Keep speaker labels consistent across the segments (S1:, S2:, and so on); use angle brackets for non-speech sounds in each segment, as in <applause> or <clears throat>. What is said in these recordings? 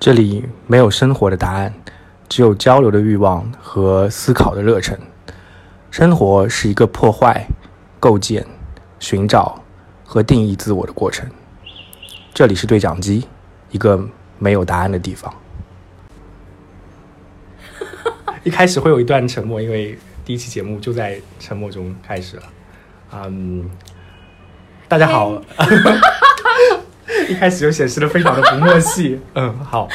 S1: 这里没有生活的答案，只有交流的欲望和思考的热忱。生活是一个破坏、构建、寻找和定义自我的过程。这里是对讲机，一个没有答案的地方。 <laughs> 一开始会有一段沉默，因为第一期节目就在沉默中开始了。嗯，大家好，呃一开始就显示的非常的不默契。 <laughs> 嗯，好，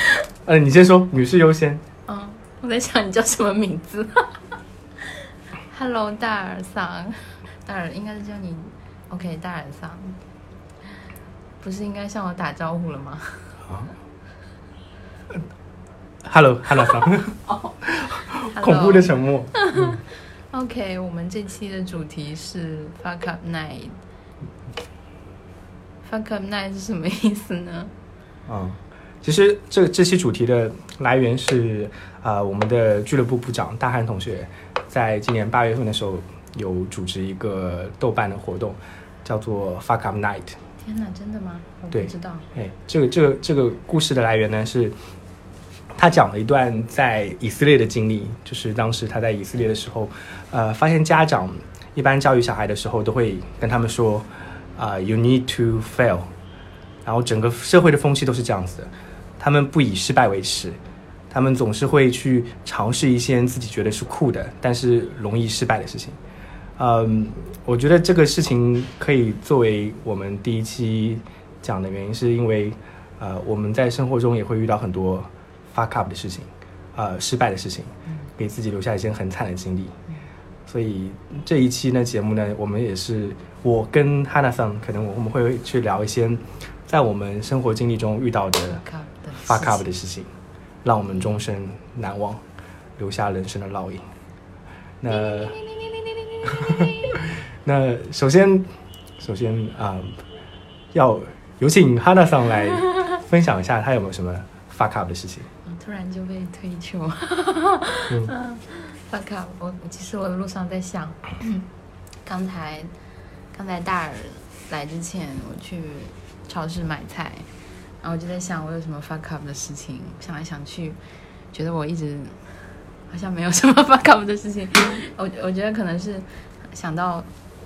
S1: 嗯，你先说，女士优先。
S2: 嗯，我在想你叫什么名字 <laughs> ？Hello，大耳桑，大耳应该是叫你 OK，大耳桑，不是应该向我打招呼了吗？ <laughs>
S1: Hello，Hello，桑 <laughs> 恐怖的沉默。
S2: Hello OK，我们这期的主题是 Fuck Up Night。Fuck Up Night 是什么意思呢？
S1: 嗯，其实这这期主题的来源是，呃，我们的俱乐部部长大汉同学，在今年八月份的时候有组织一个豆瓣的活动，叫做 Fuck Up Night。
S2: 天哪，真的吗？我不
S1: 对
S2: 知道。
S1: 哎，这个这个这个故事的来源呢是，他讲了一段在以色列的经历，就是当时他在以色列的时候，呃，发现家长一般教育小孩的时候都会跟他们说，啊、y o u need to fail，然后整个社会的风气都是这样子的，他们不以失败为耻，他们总是会去尝试一些自己觉得是酷的，但是容易失败的事情。嗯，我觉得这个事情可以作为我们第一期讲的原因，是因为呃我们在生活中也会遇到很多 fuck up 的事情，呃失败的事情，
S2: 嗯
S1: 给自己留下一些很惨的经历。所以这一期呢节目呢，我们也是我跟 Hana 桑，可能我们会去聊一些在我们生活经历中遇到的
S2: Fuck up 的事
S1: fuck up
S2: 情
S1: 的事情，让我们终身难忘，留下人生的烙印。那。 <laughs> 那首先，首先啊、要有请哈娜桑来分享一下她有没有什么 fuck up 的事情。
S2: 我啊突然就被推球。
S1: 嗯
S2: 发卡，我其实我的路上在想， <clears throat> 刚才刚才大耳来之前，我去超市买菜，然后我就在想我有什么 fuck up 的事情，想来想去，觉得我一直好像没有什么 <laughs> fuck up 的事情，我我觉得可能是想到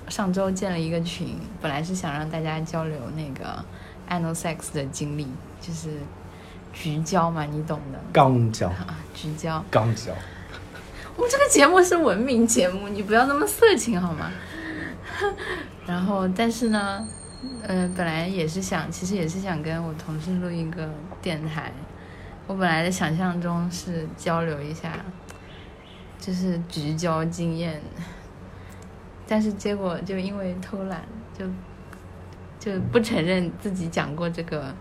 S2: 上周建了一个群，本来是想让大家交流那个 anal sex 的经历，就是局交嘛，你懂的 <laughs>
S1: 杠脚，
S2: 啊，局交。
S1: 杠脚，
S2: 我们这个节目是文明节目，你不要那么色情好吗？ <laughs> 然后，但是呢，呃，本来也是想，其实也是想跟我同事录一个电台。我本来的想象中是交流一下，就是局交经验，但是结果就因为偷懒，就就不承认自己讲过这个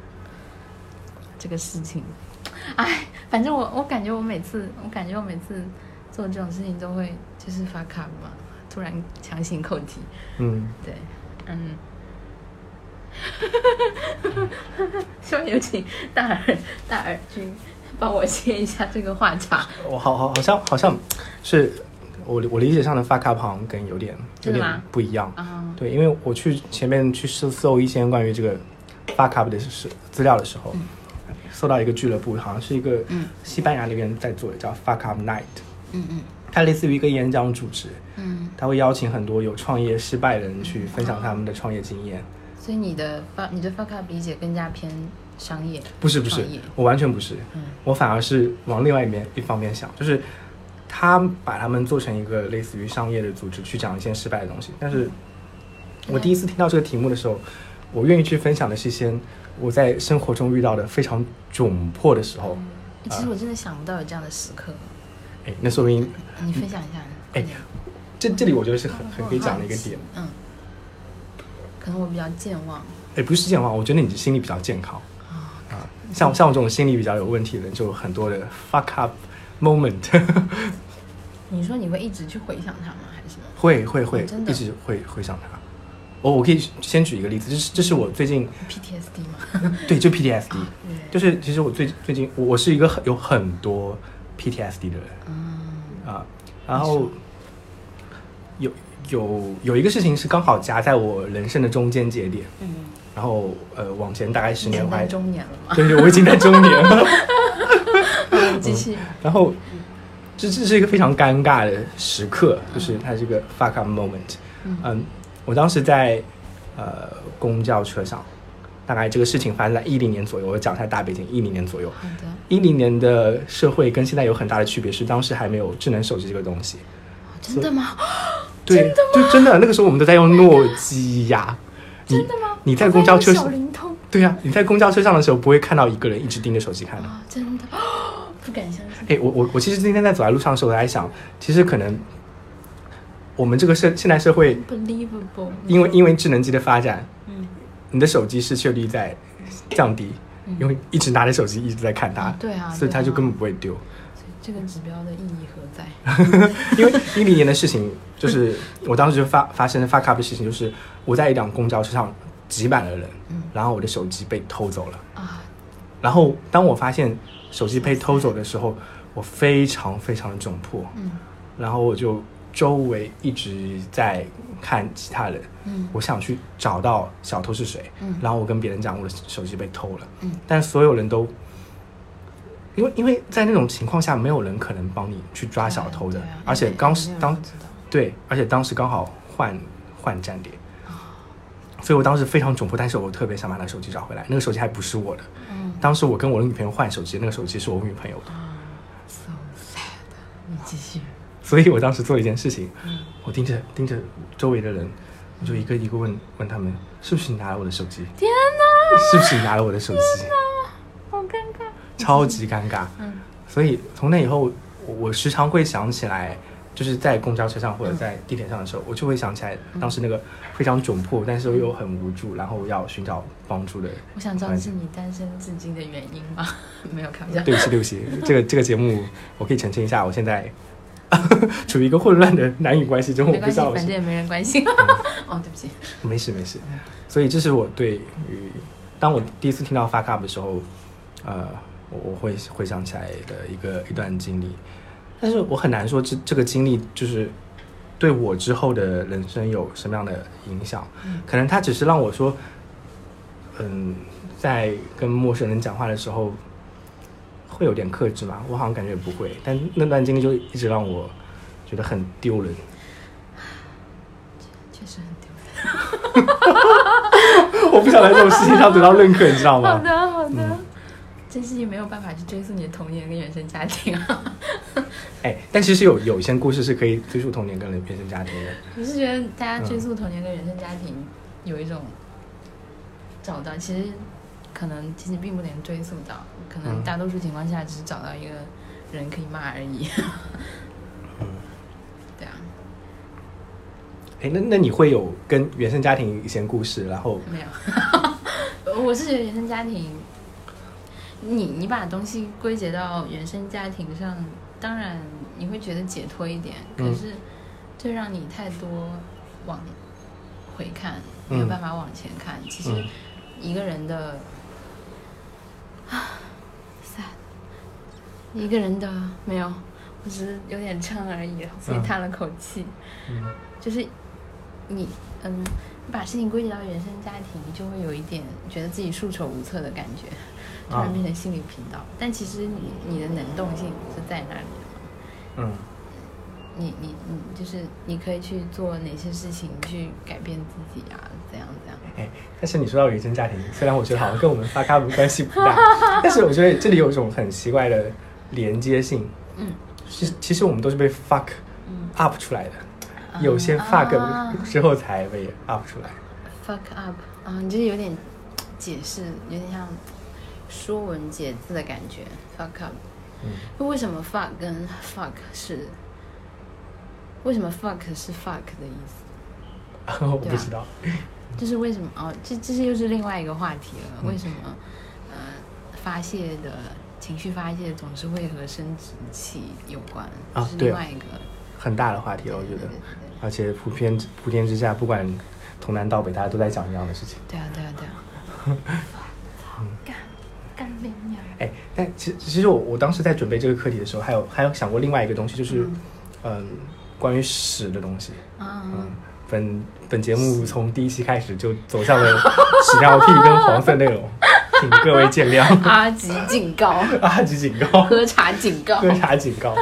S2: 这个事情。哎，反正我我感觉我每次，我感觉我每次做这种事情都会就是发卡嘛，突然强行扣题，
S1: 嗯，
S2: 对，嗯， <laughs> 希望有请大耳大耳君帮我接一下这个
S1: <laughs>
S2: 话茬，
S1: 我好好好像好像是我我理解上的 fuck up 好像跟有点有
S2: 真的
S1: 点
S2: 吗
S1: 不一样。
S2: 啊、
S1: 对，因为我去前面去搜搜一些关于这个 fuck up 的是资料的时候，搜到一个俱乐部，好像是一个
S2: 嗯
S1: 西班牙那边在做的，叫 fuck up night，
S2: 嗯嗯
S1: 它类似于一个演讲组织。
S2: 嗯，
S1: 他会邀请很多有创业失败的人去分享他们的创业经验。
S2: 所以你的发你对发卡理解更加偏商业，
S1: 不是不是
S2: 创业，
S1: 我完全不是，
S2: 嗯
S1: 我反而是往另外一面一方面想，就是他把他们做成一个类似于商业的组织去讲一些失败的东西。但是我第一次听到这个题目的时候，我愿意去分享的是一些我在生活中遇到的非常窘迫的时候。
S2: 其实我真的想不到有这样的时刻，
S1: 哎，那说明
S2: 你分享一下，
S1: 哎
S2: 快点
S1: 这这里我觉得是很很可以讲的一个点。，
S2: 嗯，可能我比较健忘。
S1: 哎，不是健忘，我觉得你的心理比较健康。啊，像像我这种心理比较有问题的人，就有很多的 fuck up moment， <laughs>
S2: 你说你会一直去回想它吗？还是什么？
S1: 会会会
S2: 哦，真的
S1: 一直会回想它。哦我、我可以先举一个例子，这是这是我最近
S2: PTSD
S1: <laughs>
S2: 吗？
S1: 对就 PTSD，
S2: 对
S1: 就是其实我最最近我我是一个很有很多 PTSD 的人
S2: 嗯，
S1: 啊，然后有有有一个事情是刚好夹在我人生的中间节点，
S2: 嗯，
S1: 然后呃往前大概十
S2: 你
S1: 年
S2: 现
S1: 我
S2: 在
S1: 还 <laughs>
S2: <laughs> 中年了吗？
S1: 对对，我已经在中年了。
S2: 是
S1: 然后这这是一个非常尴尬的时刻，就是它这个 fuck up moment。
S2: 嗯
S1: 嗯，我当时在呃公交车上，大概这个事情发生在一零年左右，我讲一下大背景，一零年左右。
S2: 好的，
S1: 一零年的社会跟现在有很大的区别，是当时还没有智能手机这个东西。
S2: 哦真的吗？
S1: 对，就真的那个时候我们都在用诺基亚。
S2: 哦
S1: 真的吗？你在公交车
S2: 小灵通
S1: 对呀、你在公交车上的时候不会看到一个人一直盯着手机看的。
S2: 啊、哦真的、哦不敢相信。
S1: 哎，我我我其实今天在走在路上的时候，我在想，其实可能我们这个社现代社会，
S2: Unbelievable！
S1: 因为因为智能机的发展，
S2: 嗯，
S1: 你的手机失确率在降低，因为一直拿着手机一直在看它，
S2: 嗯啊对啊
S1: 所以它
S2: 对啊
S1: 就根本不会丢。
S2: 这个指标的意义何
S1: <laughs>
S2: 在？
S1: 因为一零年的事情，就是我当时就发发生发卡的事情，就是我在一辆公交车上挤满了人，
S2: 嗯
S1: 然后我的手机被偷走了。
S2: 啊，
S1: 然后当我发现手机被偷走的时候，我非常非常的窘迫，
S2: 嗯
S1: 然后我就周围一直在看其他人，
S2: 嗯
S1: 我想去找到小偷是谁，
S2: 嗯
S1: 然后我跟别人讲我的手机被偷了，
S2: 嗯
S1: 但所有人都。因为因为在那种情况下，没有人可能帮你去抓小偷的，
S2: 对啊
S1: 而且
S2: 对啊
S1: 当
S2: 没
S1: 时
S2: 有人
S1: 当
S2: 知道
S1: 对，而且当时刚好换换站点，所以我当时非常窘迫，但是我特别想把那个手机找回来。那个手机还不是我的，
S2: 嗯
S1: 当时我跟我的女朋友换手机，那个手机是我女朋友的，
S2: ，so sad。你继续，
S1: 所以我当时做了一件事情，
S2: 嗯
S1: 我盯着盯着周围的人，我就一个一个问问他们，是不是你拿了我的手机？ <laughs>
S2: 天哪，
S1: 是不是你拿了我的手机？
S2: 啊好尴尬。
S1: 超级尴尬。
S2: 嗯
S1: 所以从那以后，我我时常会想起来，就是在公交车上
S2: 嗯
S1: 或者在地铁上的时候，我就会想起来当时那个非常窘迫，但是又很无助，然后要寻找帮助的。
S2: 我想
S1: 哎
S2: 知道是你单身至今的原因吗？ <laughs> 没有开玩笑。
S1: 对不起，对不起，这个这个节目我可以澄清一下，我现在 <laughs> 处于一个混乱的男女关系中，我
S2: 没
S1: 不
S2: 关
S1: 知
S2: 系，
S1: 道
S2: 反
S1: 我
S2: 正
S1: 是
S2: 也没人关心。
S1: 嗯
S2: <laughs> 哦，对不起。
S1: 没事没事。所以这是我对于当我第一次听到 fuck up 的时候，呃，我我会回想起来的一个一段经历。但是我很难说这这个经历就是对我之后的人生有什么样的影响，可能它只是让我说，嗯，在跟陌生人讲话的时候会有点克制嘛，我好像感觉也不会，但那段经历就一直让我觉得很丢人。
S2: 确实很丢脸。
S1: 我不想在这种事情上得到认可，你知道吗？
S2: 好的，好
S1: 嗯
S2: 的。这事情没有办法去追溯你的童年跟原生家庭
S1: <laughs>
S2: 啊。
S1: 哎，但其实有有一些故事是可以追溯童年跟原生家庭的。
S2: 我是觉得大家追溯童年跟原生家庭有一种找到，其实可能其实并不能追溯到，可能
S1: 嗯
S2: 大多数情况下只是找到一个人可以骂而已。
S1: 嗯
S2: <laughs> 对啊，
S1: 哎，那那你会有跟原生家庭一些故事，然后
S2: 没有， <laughs> 我是觉得原生家庭，你你把东西归结到原生家庭上，当然你会觉得解脱一点，可
S1: 嗯
S2: 是这让你太多往回看，没有
S1: 嗯
S2: 办法往前看。其实
S1: 嗯
S2: 一个人的 <sighs> 啊，sad，一个人的没有，我只是有点撑而已，所以
S1: 嗯
S2: 叹了口气。
S1: 嗯
S2: 就是你嗯，把事情归结到原生家庭，就会有一点觉得自己束手无策的感觉，突
S1: 啊
S2: 然变成心理频道。但其实你你的能动性是在那里的嘛，
S1: 嗯
S2: 你你你就是你可以去做哪些事情去改变自己啊，怎样怎样。
S1: 哎，但是你说到原生家庭，虽然我觉得好像跟我们发咖关系不大，
S2: <laughs>
S1: 但是我觉得这里有一种很奇怪的连接性。
S2: 嗯，
S1: 其实其实我们都是被 fuck
S2: 嗯
S1: up 出来的，有些 fuck
S2: 啊
S1: 之后才被 up 出来。 <laughs>
S2: fuck up 啊，你就是有点解释，有点像说文解字的感觉，fuck up。
S1: 嗯
S2: 就为什么 fuck 跟 fuck 是？为什么 fuck 是 fuck 的意思？
S1: 我
S2: 啊
S1: 不知道。嗯
S2: 就是为什么哦，这这是又是另外一个话题了。为什么呃发泄的情绪发泄总是会和生殖器有关？这
S1: 啊
S2: 是
S1: 对
S2: 另
S1: 啊
S2: 外一个。
S1: 很大的话题了，我觉
S2: 对
S1: 得
S2: 对对对，
S1: 而且普遍普天之下，不管从南到北，大家都在讲一样的事情。
S2: 对啊对啊对啊，
S3: 干干冰呀！
S1: 哎，但其其实我我当时在准备这个课题的时候，还有还有想过另外一个东西，就是嗯、关于屎的东西。
S2: 嗯
S1: 嗯，，本本节目从第一期开始就走向了屎尿屁跟黄色内容。 <laughs> 请各位见谅。
S2: 阿吉警告，
S1: 阿吉警告，
S2: 喝茶警告。
S1: 喝茶警告。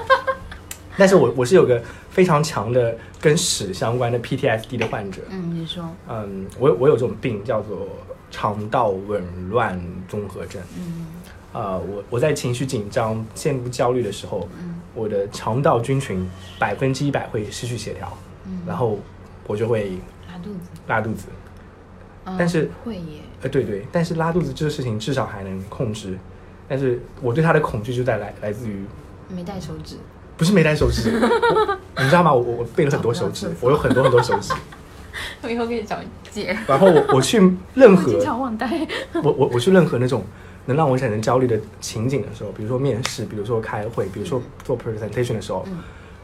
S1: 但是我我是有个非常强的跟屎相关的 PTSD 的患者，
S2: 嗯，你说，
S1: 嗯，我有我有这种病叫做肠道紊乱综合症。
S2: 嗯
S1: 呃，我我在情绪紧张、陷入焦虑的时候，
S2: 嗯
S1: 我的肠道菌群百分之一百会失去协调，
S2: 嗯，
S1: 然后我就会
S2: 拉肚子，
S1: 拉肚子。
S2: 嗯
S1: 但是
S2: 会耶，
S1: 呃，对对，但是拉肚子这个事情至少还能控制，但是我对它的恐惧就在来来自于
S2: 没带手指，
S1: 不是没带手指，我你知道吗？我我我备了很
S2: 哦
S1: 多手指，我有很多很多手指。
S2: <laughs> 我以后给你找借。
S1: 然后我我去任
S2: 我
S1: 何
S2: 经常忘带。
S1: <laughs> 我我我去任何那种能让我产生焦虑的情景的时候，比如说面试，比如说开会，比如说做 presentation 的时候，
S2: 嗯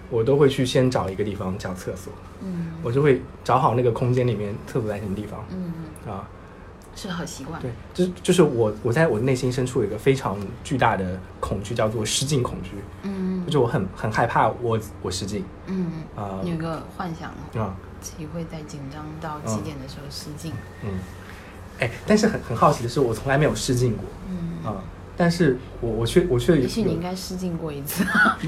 S1: 我都会去先找一个地方叫厕所，
S2: <laughs> 嗯
S1: 我就会找好那个空间里面厕所在什么地方
S2: 嗯，
S1: 啊。
S2: 是个好习惯。
S1: 对，就是就是我我在我内心深处有一个非常巨大的恐惧，叫做失禁恐惧，
S2: 嗯
S1: 就是我很很害怕我我失禁
S2: 嗯，
S1: 啊
S2: 你有个幻想，
S1: 啊
S2: 自己会在紧张到极点的时候失禁。
S1: 嗯，哎，但是很很好奇的是，我从来没有失禁过
S2: 嗯，
S1: 啊。但是我我却我却
S2: 也许你
S1: 有
S2: 应该失禁过一次。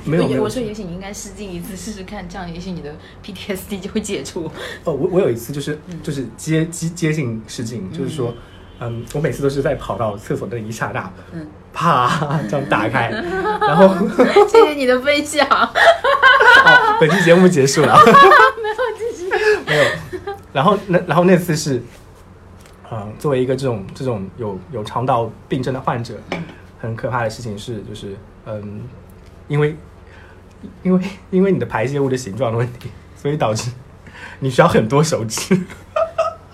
S1: 没有
S2: <laughs> 我
S1: 没有
S2: 我说也许你应该失禁一次试试看，这样也许你的 PTSD 就会解
S1: <laughs>
S2: 除。
S1: 哦，我我有一次就是
S2: 嗯
S1: 就是接接接近失禁，就是说，嗯，我每次都是在跑到厕所那一刹那，
S2: 嗯，
S1: 啪这样打
S2: <laughs>
S1: 开，然后 <laughs> 哦，
S2: 谢谢你的分享。 <laughs>
S1: 本期节目结束了，没有，继续，没有。然后那然后那次是，嗯，作为一个这种这种有有肠道病症的患者，很可怕的事情是，就是嗯，因为因为因为你的排泄物的形状的问题，所以导致你需要很多手指。 <laughs>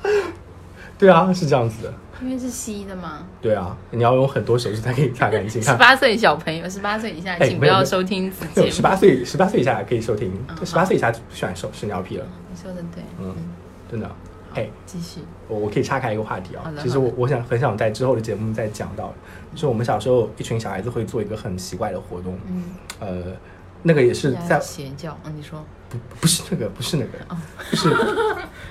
S1: 对啊，是这样子的。
S2: 因为是吸的嘛，
S1: 对啊，你要用很多手指才可以擦干净。
S2: 十
S1: 看，
S2: 八岁小朋友，十八岁以下
S1: 哎
S2: 请不
S1: 没有没
S2: 要
S1: 有
S2: 收听此节
S1: 有
S2: 目。
S1: 十八岁，十八岁以下可以收听
S2: 嗯，
S1: 十八岁以下就不喜欢手屎尿屁了。
S2: 你说的对，
S1: 嗯
S2: 嗯，
S1: 真的。哎，
S2: 继续。
S1: 我我可以岔开一个话题
S2: 好
S1: 啊
S2: 的，
S1: 其实
S2: 好的
S1: 我我想很想在之后的节目再讲到，就是我们小时候一群小孩子会做一个很奇怪的活动，
S2: 嗯，
S1: 呃，那个也是
S2: 要
S1: 在
S2: 邪教。嗯，你说
S1: 不不是那个不是那个，
S2: 哦
S1: 不是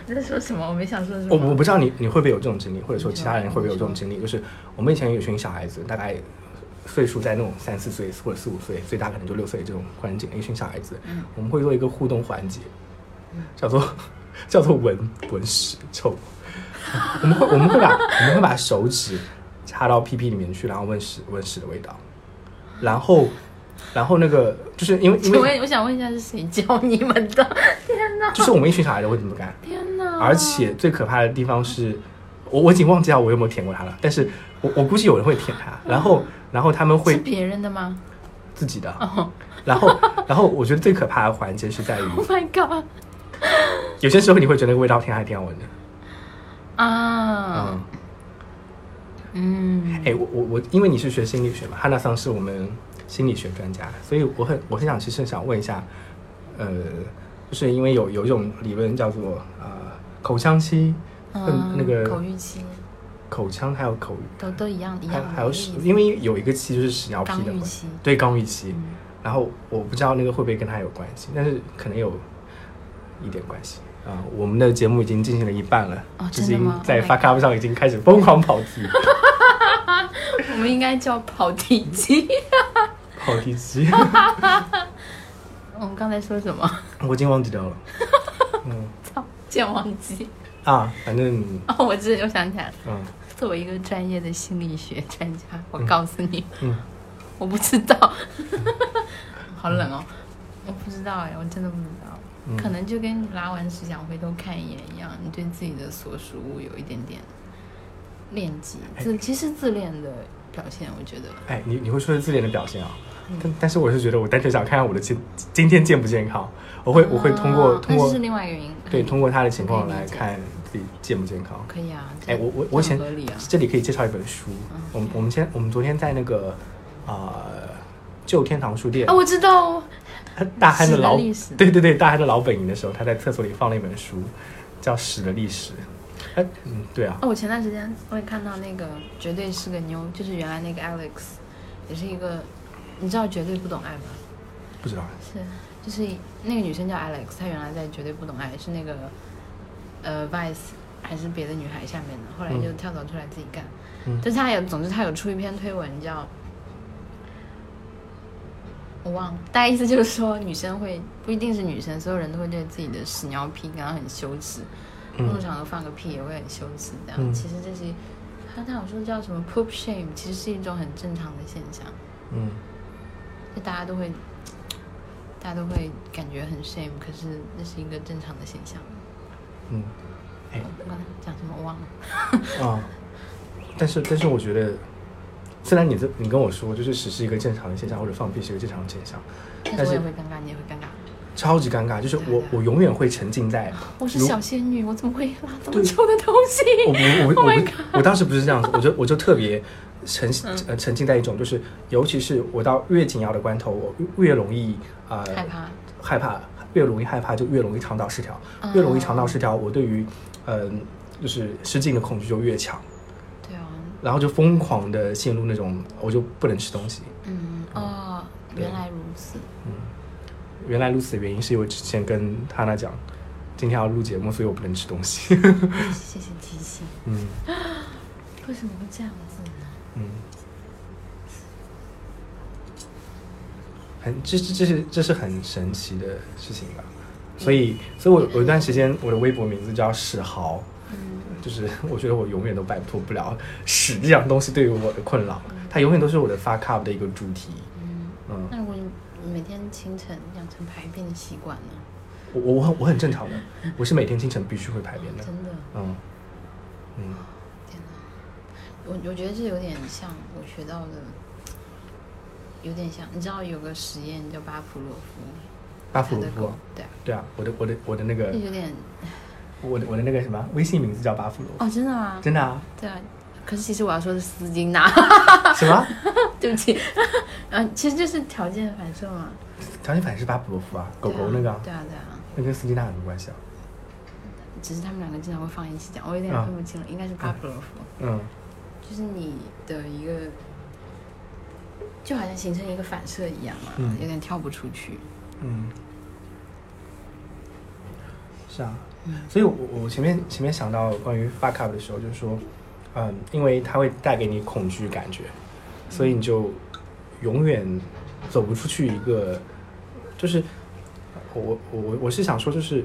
S2: 你在说什么？我没想说什么。
S1: 我我不知道你你会不会有这种经历，或者说
S2: 你
S1: 其
S2: 说
S1: 他人会不会有这
S2: 你说
S1: 种经历，就是我们以前有一群小孩子，大概岁数在那种三四岁或者四五岁，最大可能就六岁这种环境，一群小孩子，
S2: 嗯
S1: 我们会做一个互动环节，叫做叫做闻闻屎臭，我们会我们会把我们会把手指插到屁屁里面去，然后闻屎闻屎的味道，然后然后那个就是因为因
S2: 请
S1: 为
S2: 问， <laughs> 我想问一下，是谁教你们的？ <laughs> 天哪！
S1: 就是我们一群小孩子会怎么干？
S2: 天哪！
S1: 而且最可怕的地方是，我我已经忘记了我有没有舔过它了，但是我我估计有人会舔它，然
S2: 哦
S1: 后然后他们
S2: 是
S1: 会
S2: 别人的吗
S1: 自己的，
S2: 哦
S1: 然后然后我觉得最可怕的环节是在于，
S2: ？Oh my god！
S1: 有些时候你会觉得那个味道挺还挺好闻的，
S2: 啊
S1: 嗯，，
S2: 嗯，
S1: 哎，我我我，因为你是学心理学嘛，汉娜桑是我们心理学专家，所以我很我很想其实想问一下，呃，就是因为有有一种理论叫做呃口腔期，
S2: 嗯
S1: 那个
S2: 口欲期
S1: 口腔还有口语。
S2: 都都一样一
S1: 还
S2: 样的意思，
S1: 还有屎，因为有一个期就是屎尿屁的
S2: 刚
S1: 嘛
S2: 预期，
S1: 对刚预期。
S2: 嗯
S1: 然后我不知道那个会不会跟他有关系，但是可能有一点关系啊、我们的节目已经进行了一半了，
S2: 哦
S1: 已
S2: 真的
S1: 经
S2: 吗
S1: 在
S2: Oh my
S1: Fuck Up 上已经开始疯狂跑题，
S2: 我们应该叫跑题机。 <laughs>
S1: 跑题机，
S2: 我们刚才说什么？ <laughs>
S1: 我已经忘记掉了。嗯
S2: 操，健忘机。
S1: 啊，反正
S2: 哦，我这又想起来了，
S1: 嗯
S2: 作为一个专业的心理学专家，我告诉你，
S1: 嗯，
S2: 我不知道，
S1: <laughs>
S2: 好冷哦，我不知道哎，我真的不知道，
S1: 嗯
S2: 可能就跟你拉完屎想回头看一眼一样，你对自己的所属物有一点点恋及自，其实自恋的表现，我觉得
S1: 哎，你你会说是自恋的表现啊？
S2: 嗯
S1: 但但是我是觉得，我单纯想看看我的健今天健不健康，我会我会通过
S2: 啊
S1: 通
S2: 那
S1: 过
S2: 是另外一个原因，
S1: 对通过他的情况
S2: 可以
S1: 来
S2: 理解
S1: 看自己健不健康。
S2: 可以啊，
S1: 哎，我我
S2: 这
S1: 我以
S2: 很
S1: 前
S2: 合理啊，嗯
S1: 这里可以介绍一本书。我们我们先我们昨天在那个呃旧天堂书店
S2: 啊，，我知道，
S1: 大憨的
S2: 史的
S1: 老
S2: 历史
S1: 对对对，大憨的老本营的时候，他在厕所里放了一本书，叫《屎的历史》。哎，嗯，对啊，
S2: 哦，我前段时间我也看到那个《绝对是个妞》，就是原来那个 Alex，也是一个，你知道《绝对不懂爱》吗？
S1: 不知道。
S2: 是，就是那个女生叫 Alex，她原来在《绝对不懂爱》是那个呃 Vice 还是别的女孩下面的，后来就
S1: 嗯
S2: 跳槽出来自己干。
S1: 嗯
S2: 但是他有，总之他有出一篇推文叫，我忘了，大概意思就是说女生会不一定是女生，所有人都会对自己的屎尿屁感到很羞耻，
S1: 嗯
S2: 公众场合放个屁也会很羞耻，这样、
S1: 嗯
S2: 其实这些，他他好像说叫什么 poop shame，其实是一种很正常的现象。
S1: 嗯
S2: 就大家都会，大家都会感觉很 shame，可是那是一个正常的现象。
S1: 嗯，哎
S2: 我刚才讲什么我忘了。
S1: 啊，但是但是我觉得，虽然你这你跟我说就是屎是一个正常的现象，或者放屁是一个正常的现象，
S2: 但
S1: 但
S2: 是我
S1: 是
S2: 也会尴尬，你也会尴尬。
S1: 超级尴尬，就是我我永远会沉浸在
S2: 我是
S1: 如
S2: 小仙女，我怎么会拉这么
S1: 对
S2: 臭的东西？
S1: 我我我
S2: Oh
S1: 我
S2: my
S1: 不我当时不是这样子，我就我就特别沉呃沉浸在一种就是，尤其是我到越紧要的关头，我越越容易呃
S2: 害怕。
S1: 害怕，越容易害怕就越容易肠道失调，越容易肠道失调，我对于嗯、就是失禁的恐惧就越强，
S2: 对啊，
S1: 然后就疯狂的陷入那种我就不能吃东西。
S2: 嗯哦，
S1: 对
S2: 原来如此。
S1: 原来如此的原因是因为之前跟他那讲，今天要录节目，所以我不能吃东西。 <laughs>
S2: 谢谢提醒。
S1: 嗯
S2: 为什么会这样子呢？
S1: 嗯，很这这这是这是很神奇的事情吧。所
S2: 嗯
S1: 以，所以我有一段时间我的微博名字叫史豪，
S2: 嗯
S1: 就是我觉得我永远都摆脱不了屎这样东西对于我的困扰，它永远都是我的 fuck up 的一个主题。
S2: 嗯，
S1: 嗯，
S2: 那如果你每天清晨养成排便的习惯呢？
S1: 我我我很我很正常的，我是每天清晨必须会排便的。
S2: 真的。
S1: 嗯嗯
S2: 天呐，我我觉得这有点像我学到的，有点像，你知道有个实验叫巴甫洛夫，
S1: 巴甫洛
S2: 他的嗯
S1: 夫
S2: 狗，对啊，
S1: 对啊，我的我的我的那个
S2: 这有点
S1: 我的我的那个什么微信名字叫巴甫洛夫，
S2: 哦，真的吗？
S1: 真的啊？
S2: 对啊，可是其实我要说的是丝巾呐，
S1: 什么？
S2: <laughs> 对不起，啊，其实就是条件反射嘛，
S1: 条件反射是巴甫洛夫啊，狗狗那
S2: 对
S1: 个
S2: 啊
S1: 啊，
S2: 对啊对啊，
S1: 那跟斯金纳有什么关系啊？
S2: 只是他们两个经常会放一起讲，我有点
S1: 啊
S2: 分不清了，应该是巴甫洛夫，
S1: 嗯
S2: 就是你的一个。就好像形成一个反射一样嘛，
S1: 嗯
S2: 有点跳不出去。
S1: 嗯，是啊
S2: 嗯，
S1: 所以我我前面前面想到关于 fuck up 的时候，就是说，嗯，因为它会带给你恐惧感觉，所以你就永远走不出去一个，就是我我我我是想说，就是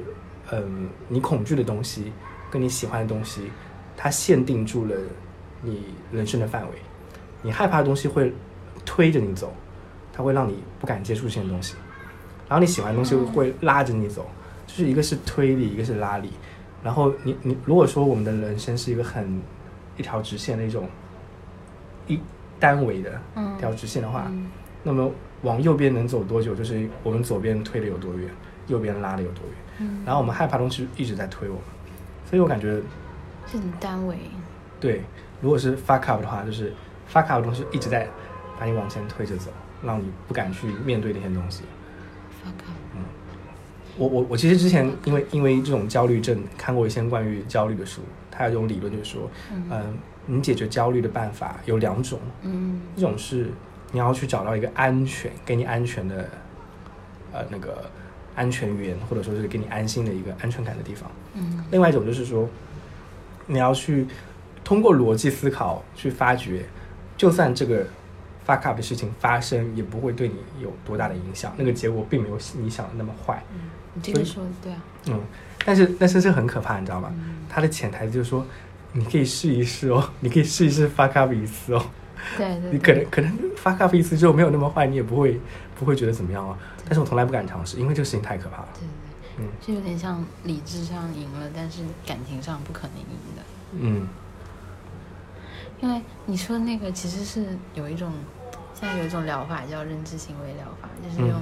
S1: 嗯，你恐惧的东西跟你喜欢的东西，它限定住了你人生的范围，你害怕的东西会推着你走，它会让你不敢接触这些东西，然后你喜欢的东西会拉着你走，就是一个是推力，一个是拉力。然后你你如果说我们的人生是一个很一条直线的一种一单维的
S2: 嗯
S1: 一条直线的话，
S2: 嗯
S1: 那么往右边能走多久，就是我们左边推的有多远，右边拉的有多远。
S2: 嗯，
S1: 然后我们害怕的东西一直在推我们，所以我感觉
S2: 这很单维。
S1: 对，如果是 fuck up 的话，就是 fuck up 的东西一直在把你往前推着走，让你不敢去面对那些东西。
S2: fuck up。
S1: 我我我其实之前因为因为这种焦虑症看过一些关于焦虑的书，它有一种理论就是说，
S2: 嗯
S1: 嗯、你解决焦虑的办法有两种，
S2: 嗯
S1: 一种是你要去找到一个安全给你安全的，呃那个安全源或者说是给你安心的一个安全感的地方，
S2: 嗯
S1: 另外一种就是说，你要去通过逻辑思考去发掘，就算这个 fuck up 的事情发生，也不会对你有多大的影响，那个结果并没有你想的那么坏。
S2: 嗯，你这个说的对啊。
S1: 嗯，但是但是这很可怕，你知道吗
S2: 嗯？
S1: 它的潜台词就是说，你可以试一试哦，你可以试一试 fuck up 一次哦。
S2: 对对。
S1: 你可
S2: 对
S1: 能可能 fuck up 一次之后没有那么坏，你也不会不会觉得怎么样啊。但是我从来不敢尝试，因为这个事情太可怕了。
S2: 对对，
S1: 嗯
S2: 这有点像理智上赢了，但是感情上不可能赢的。
S1: 嗯
S2: 因为你说的那个其实是有一种，现在有一种疗法叫认知行为疗法，就是用、
S1: 嗯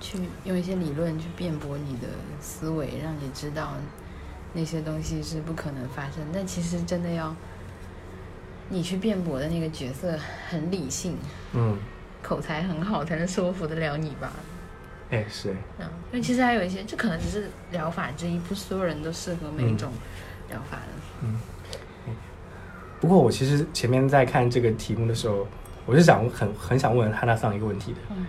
S2: 去用一些理论去辩驳你的思维，让你知道那些东西是不可能发生。但其实真的要你去辩驳的那个角色很理性，
S1: 嗯，
S2: 口才很好才能说服得了你吧。
S1: 哎是哎
S2: 嗯，因为其实还有一些，这可能只是疗法之一，不是所有人都适合每一种疗法的。
S1: 不过我其实前面在看这个题目的时候，我是想很很想问汉娜桑一个问题的：
S2: 嗯，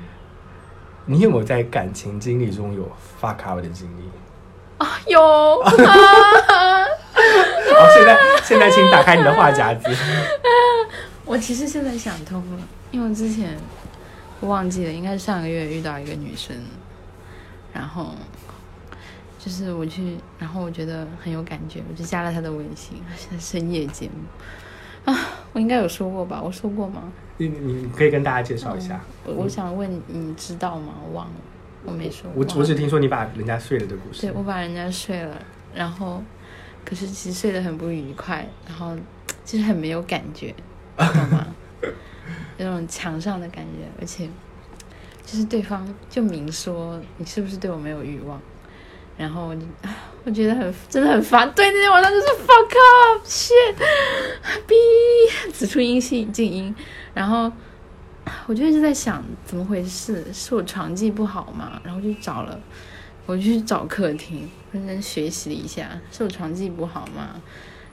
S1: 你有没有在感情经历中有 fuck up 的经历？ <laughs>
S2: 啊有 <laughs>
S1: 好，现在现在请打开你的话匣子。
S2: 我其实现在想通了，因为我之前我忘记了，应该是上个月遇到一个女生，然后就是我去，然后我觉得很有感觉，我就加了她的微信。她现在深夜节目啊，我应该有说过吧？我说过吗？
S1: 你你可以跟大家介绍一下。
S2: 我我想问你知道吗？我忘了，我没说。
S1: 我
S2: 忘
S1: 我
S2: 了
S1: 只听说你把人家睡了的故事。
S2: 嗯对我把人家睡了，然后可是其实睡得很不愉快，然后就是很没有感觉，你懂吗？ <laughs> 有种墙上的感觉，而且就是对方就明说你是不是对我没有欲望，然后我就啊我觉得很真的很烦，对那天晚上就是 fuck up shit，哔， <laughs> 此处音系静音，然后。我就一直在想怎么回事，是我床技不好嘛？然后就找了我就去找客厅，认真学习了一下，是我床技不好吗？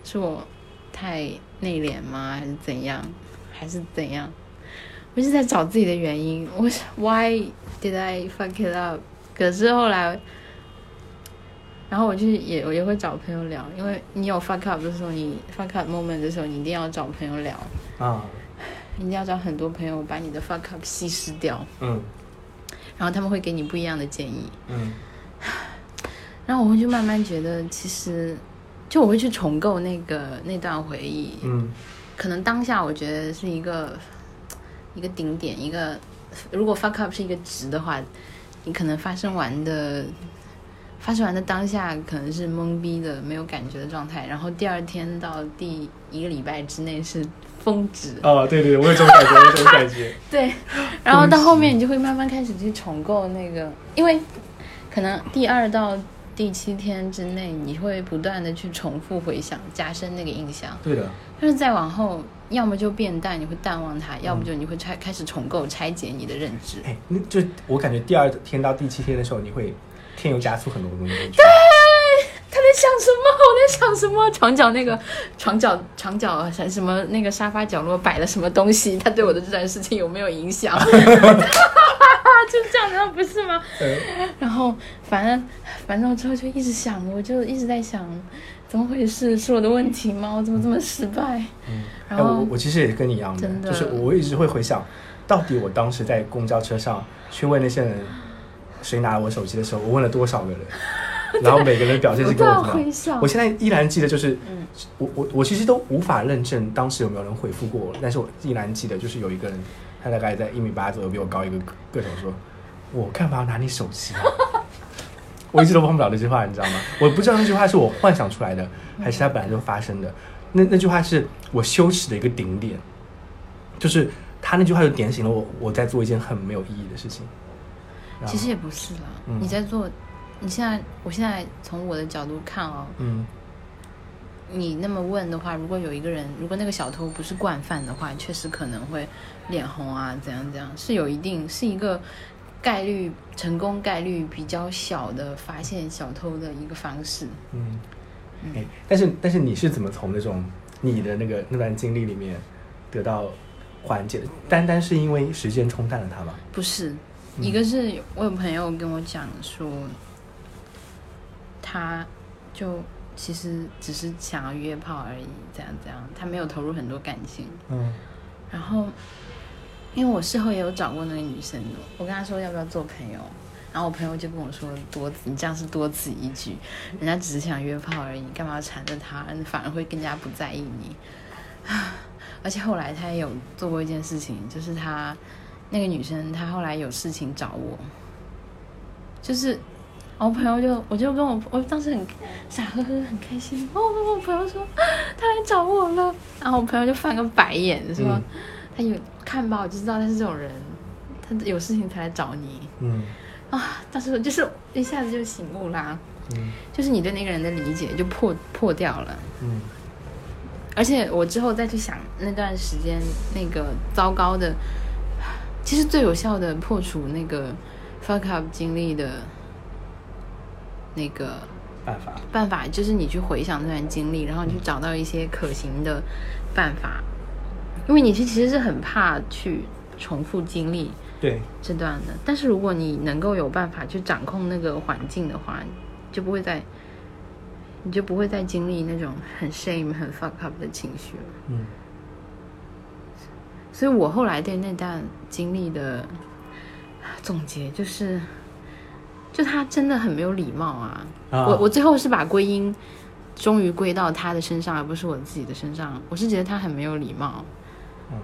S2: 是我太内敛吗？还是怎样？还是怎样？我一直在找自己的原因。我 Why did I fuck it up？可是后来，然后我就是也我也会找朋友聊，因为你有 fuck up 的时候，你 fuck up moment 的时候，你一定要找朋友聊，
S1: 啊，
S2: 你一定要找很多朋友把你的 fuck up 稀释掉，
S1: 嗯
S2: 然后他们会给你不一样的建议。
S1: 嗯
S2: 然后我会就慢慢觉得，其实就我会去重构那个那段回忆，
S1: 嗯
S2: 可能当下我觉得是一个一个顶点，一个如果 fuck up 是一个值的话，你可能发生完的发生完的当下可能是懵逼的、没有感觉的状态，然后第二天到第一个礼拜之内是峰值，
S1: 哦，对对对，我有这种 <laughs> 感觉，我有这种感觉。
S2: 对，然后到后面你就会慢慢开始去重构那个，因为可能第二到第七天之内，你会不断的去重复回想，加深那个印象。
S1: 对的，
S2: 但是再往后，要么就变淡，你会淡忘它；要不就你会拆开始重构、拆解你的认知。
S1: 哎，那就我感觉第二天到第七天的时候，你会添油加醋很多东西进去。
S2: 他在想什么？我在想什么？床角那个床角床角什什么那个沙发角落摆了什么东西？他对我的这件事情有没有影响？ <laughs> 就这样，难道不是吗？
S1: 呃
S2: 然后反正反正我之后就一直想，我就一直在想，怎么回事？是我的问题吗？我怎么这么失败？
S1: 嗯，哎，
S2: 然后
S1: 我我其实也跟你一样的
S2: 真，的
S1: 就是我一直会回想，到底我当时在公交车上去问那些人谁拿了我手机的时候，我问了多少个人，然后每个人表现是跟我
S2: 不
S1: 不
S2: 断
S1: 一
S2: 回
S1: 样
S2: 想。
S1: 我现在依然记得，就是
S2: 嗯
S1: 我我我其实都无法认证当时有没有人回复过我，但是我依然记得，就是有一个人，他大概在一米八左右，比我高一个个头，说：“我干嘛要拿你手机、啊？”我一直都忘不了这句话，你知道吗？我不知道那句话是我幻想出来的，还是它本来就发生的。那那句话是我羞耻的一个顶点，就是他那句话就点醒了我，我在做一件很没有意义的事情。然后
S2: 其实，也不是啦，
S1: 啊嗯
S2: 你在做，你现在我现在从我的角度看哦，
S1: 嗯
S2: 你那么问的话，如果有一个人，如果那个小偷不是惯犯的话，确实可能会脸红啊，怎样怎样，是有一定是一个概率成功概率比较小的发现小偷的一个方式。
S1: 嗯，哎，但是但是你是怎么从那种你的那个那段经历里面得到缓解的？单单是因为时间冲淡了它吗？
S2: 不是，一个是我有朋友跟我讲说，他就其实只是想要约炮而已，这样这样，他没有投入很多感情。
S1: 嗯
S2: 然后，因为我事后也有找过那个女生的，我跟她说要不要做朋友，然后我朋友就跟我说多此，你这样是多此一举，人家只是想约炮而已，你干嘛要缠着她？你反而会更加不在意你。 <sighs> 而且后来她也有做过一件事情，就是她那个女生，她后来有事情找我，就是。然后我朋友就，我就跟我，我当时很傻呵呵，很开心。哦，我我朋友说 <gasps> 他来找我了，然后我朋友就翻个白眼说，
S1: 嗯
S2: 他有看吧，我就知道他是这种人，他有事情才来找你
S1: 嗯
S2: 啊。当时我就是一下子就醒悟啦，
S1: 嗯
S2: 就是你对那个人的理解就破破掉了。
S1: 嗯
S2: 而且我之后再去想那段时间那个糟糕的，其实最有效的破除那个 fuck up 经历的那个
S1: 办法。
S2: 办法就是你去回想这段经历，然后你去找到一些可行的办法，因为你其实是很怕去重复经历
S1: 对，
S2: 这段的。但是如果你能够有办法去掌控那个环境的话，你就不会再，你就不会再经历那种很 shame、很 fuck up 的情绪了。
S1: 嗯，
S2: 所以我后来对那段经历的总结就是，就他真的很没有礼貌啊。
S1: 啊
S2: 我我最后是把归因终于归到他的身上，而不是我自己的身上。我是觉得他很没有礼貌。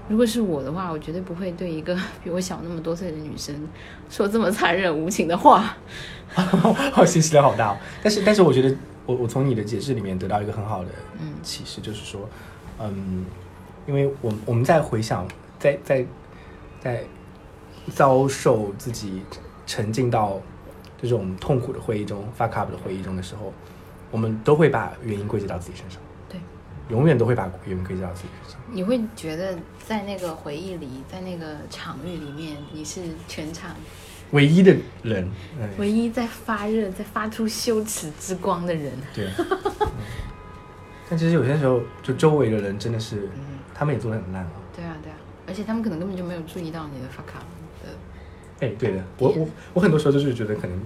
S2: 如果是我的话，我绝对不会对一个 <laughs> 比我小那么多岁的女生说这么残忍无情的话。
S1: 我信息量 <laughs> 好大、哦。但是，但是我觉得我我从你的解释里面得到一个很好的
S2: 嗯
S1: 启示，就是说，嗯，因为我我们在回想，在在在遭受自己沉浸到这种痛苦的回忆中、fuck up 的回忆中的时候，我们都会把原因归结到自己身上，
S2: 对，
S1: 永远都会把原因归结到自己身上。
S2: 你会觉得在那个回忆里，在那个场域里面，你是全场
S1: 唯一的人，嗯，
S2: 唯一在发热、在发出羞耻之光的人。
S1: 对。 <laughs> 嗯但其实有些时候，就周围的人真的是，
S2: 嗯，
S1: 他们也做的很烂啊。
S2: 对啊，对啊，而且他们可能根本就没有注意到你的 fuck up 呃的。
S1: 哎，对的，我我我很多时候就是觉得可能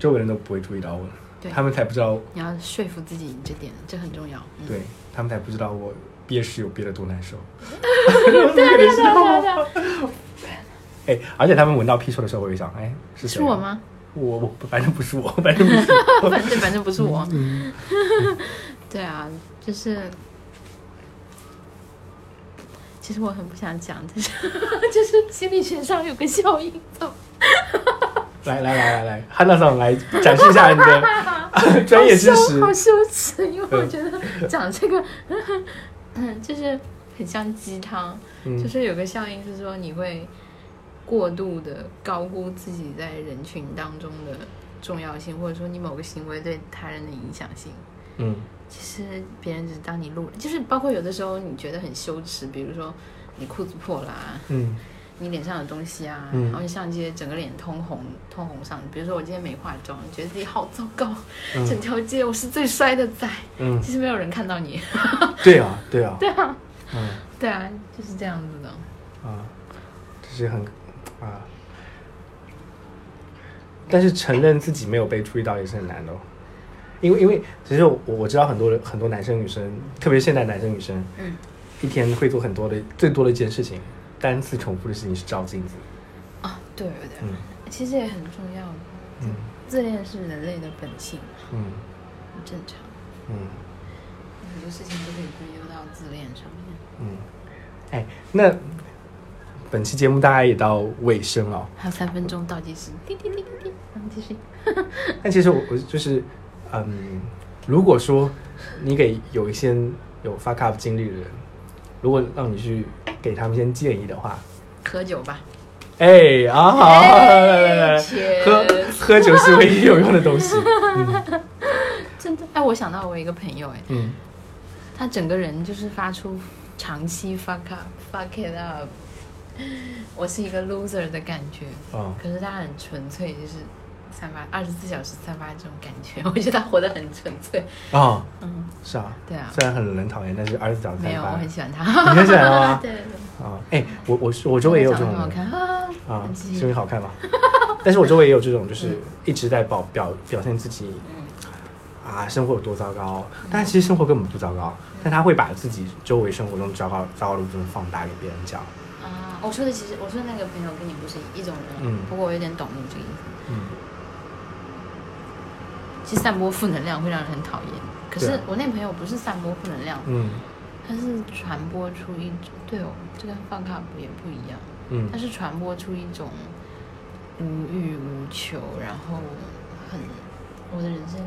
S1: 周围人都不会注意到我，
S2: 对
S1: 他们才不知道，
S2: 你要说服自己这点，这很重要。嗯、
S1: 对他们才不知道我憋屎有憋得多难受。哎，而且他们闻到屁臭的时候，我也想，哎，是谁？
S2: 是我？吗？
S1: 我我反正不是我，反
S2: <laughs>
S1: 正不是我。
S2: 反正反正不是我。 <laughs> 对啊，就是，其实我很不想讲，但是 <laughs> 就是心理学上有个效应， <laughs> 怎么
S1: 来来来来来，汉娜桑来展示一下你
S2: <laughs>
S1: 的专业知
S2: 好
S1: 识
S2: 羞，。好羞耻，因为我
S1: 嗯
S2: 觉得讲这个， <laughs> 嗯，就是很像鸡汤，就
S1: 嗯
S2: 是有个效应是说你会过度的高估自己在人群当中的重要性，或者说你某个行为对他人的影响性。
S1: 嗯
S2: 其实别人只是当你路人，就是包括有的时候你觉得很羞耻，比如说你裤子破啊啦、
S1: 嗯
S2: 你脸上有东西啊，
S1: 嗯
S2: 然后你上街整个脸通红，通红上。比如说我今天没化妆，觉得自己好糟糕，
S1: 嗯
S2: 整条街我是最衰的仔，
S1: 嗯，
S2: 其实没有人看
S1: <laughs>
S2: 到你。
S1: 对啊对啊
S2: 对啊，
S1: 嗯
S2: 对啊，就是这样子的。
S1: 啊，这是很啊，但是承认自己没有被注意到也是很难的、哦，因为因为其实我我知道很多人很多男生女生，特别是现在男生女生，
S2: 嗯，
S1: 一天会做很多的最多的一件事情，单次重复的事情是照镜子，
S2: 啊，对对对，
S1: 嗯
S2: 其实也很重要的。
S1: 嗯
S2: 自恋是人类的本性，
S1: 嗯
S2: 很正常，
S1: 嗯
S2: 很多事情都可以归咎到自恋上面。
S1: 嗯，哎，那本期节目大概也到尾声了哦、
S2: 还有三分钟倒计时，滴滴滴滴滴，咱们继续。
S1: 但其实我我就是，嗯，如果说你给有一些有 fuck up 经历的人，如果让你去给他们一些建议的话，
S2: 喝酒吧，
S1: 哎啊，好好好来来来来，
S2: Cheers
S1: 喝喝酒是唯一有用的东西。嗯
S2: 真的。哎，我想到我一个朋友，哎，
S1: 嗯
S2: 他整个人就是发出长期 fuck up fuck it up，我是一个 loser 的感觉。
S1: 哦
S2: 可是他很纯粹，就是三八二十四小时三八这种感觉， <laughs> 我觉得他活得很纯粹。
S1: 哦，
S2: 嗯，
S1: 是啊，
S2: 对啊
S1: 虽然很人讨厌，但是二十四小时
S2: 没有，我很
S1: 你
S2: 喜欢他。
S1: 很喜欢吗？
S2: 对，对
S1: <laughs> 啊，哎，我我我周围也有这种
S2: 长得很好
S1: 人。
S2: 看啊。
S1: 啊，
S2: 继续
S1: 声音好看嘛。但是我周围也有这种，就是一直在表表表现自己
S2: 嗯
S1: 啊，生活有多糟糕，但其实生活根本不糟糕，但他会把自己周围生活中糟糕糟糕的部分放大给别人讲。
S2: 啊，我说的其实我说的那个朋友跟你不是一种人，
S1: 嗯
S2: 不过我有点懂你这个意思。
S1: 嗯
S2: 其实散播负能量会让人很讨厌，可
S1: 对
S2: 是
S1: 啊
S2: 我那朋友不是散播负能量，
S1: 嗯
S2: 它是传播出一种，对哦，这跟放卡也不一样，
S1: 嗯
S2: 它是传播出一种无欲无求，然后很我的人生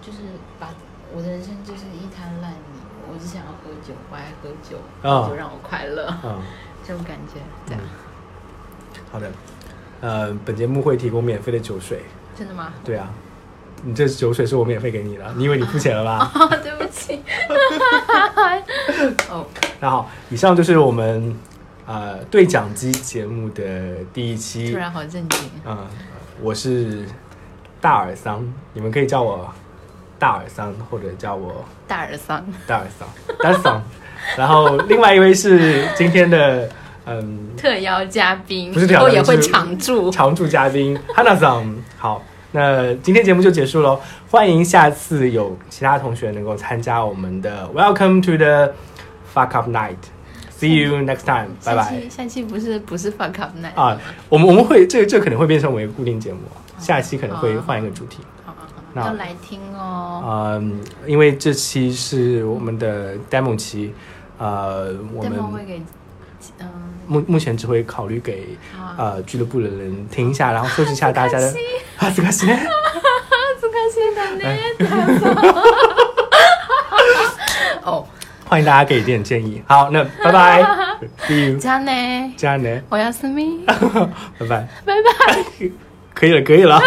S2: 就是把我的人生就是一滩烂泥，我只想要喝酒，我爱喝酒，
S1: 啊
S2: 就让我快乐，
S1: 嗯，
S2: <laughs> 这种感觉，对啊，
S1: 好的。呃，本节目会提供免费的酒水。
S2: 真的
S1: <laughs>
S2: 吗？
S1: 对啊，你这酒水是我免费给你的，你以为你付钱了吧？
S2: 啊，对不起， <laughs> 哦，
S1: 那好，以上就是我们呃对讲机节目的第一期。
S2: 突然好震惊，
S1: 嗯，我是大耳桑，你们可以叫我大耳桑，或者叫我
S2: 大耳
S1: <laughs>
S2: 桑，
S1: 大耳桑，大桑。然后另外一位是今天的嗯
S2: 特邀嘉宾，
S1: 不是
S2: 以
S1: 特邀
S2: 后也会
S1: 是
S2: 常驻，
S1: 常驻嘉宾 Hana 桑。好，那今天节目就结束喽，欢迎下次有其他同学能够参加我们的 Welcome to the Fuck Up Night。 See you next time，拜
S2: 下
S1: 拜
S2: 期。下期不是不是 fuck up night
S1: 啊，我们我们会这个这个可能会变成我们一个固定节目，下期可能会
S2: 好啊
S1: 换一个主题。
S2: 好好好
S1: 那
S2: 要来听哦。
S1: 嗯，因为这期是我们的 demo 期，呃，我
S2: demo 会
S1: 们啊
S2: 给嗯，
S1: 目目前只会考虑给
S2: 好啊，
S1: 呃俱乐部的人听一下，然后收集一下大家的。啊，这个是呢，
S2: 这个现
S1: 啊
S2: 在呢，哦，
S1: 欢迎大家给一点建议。好，那拜拜，see you，
S2: 这样呢，
S1: 这样呢，
S2: 我要思密。
S1: <laughs> 拜拜，拜拜，可以了，可以了。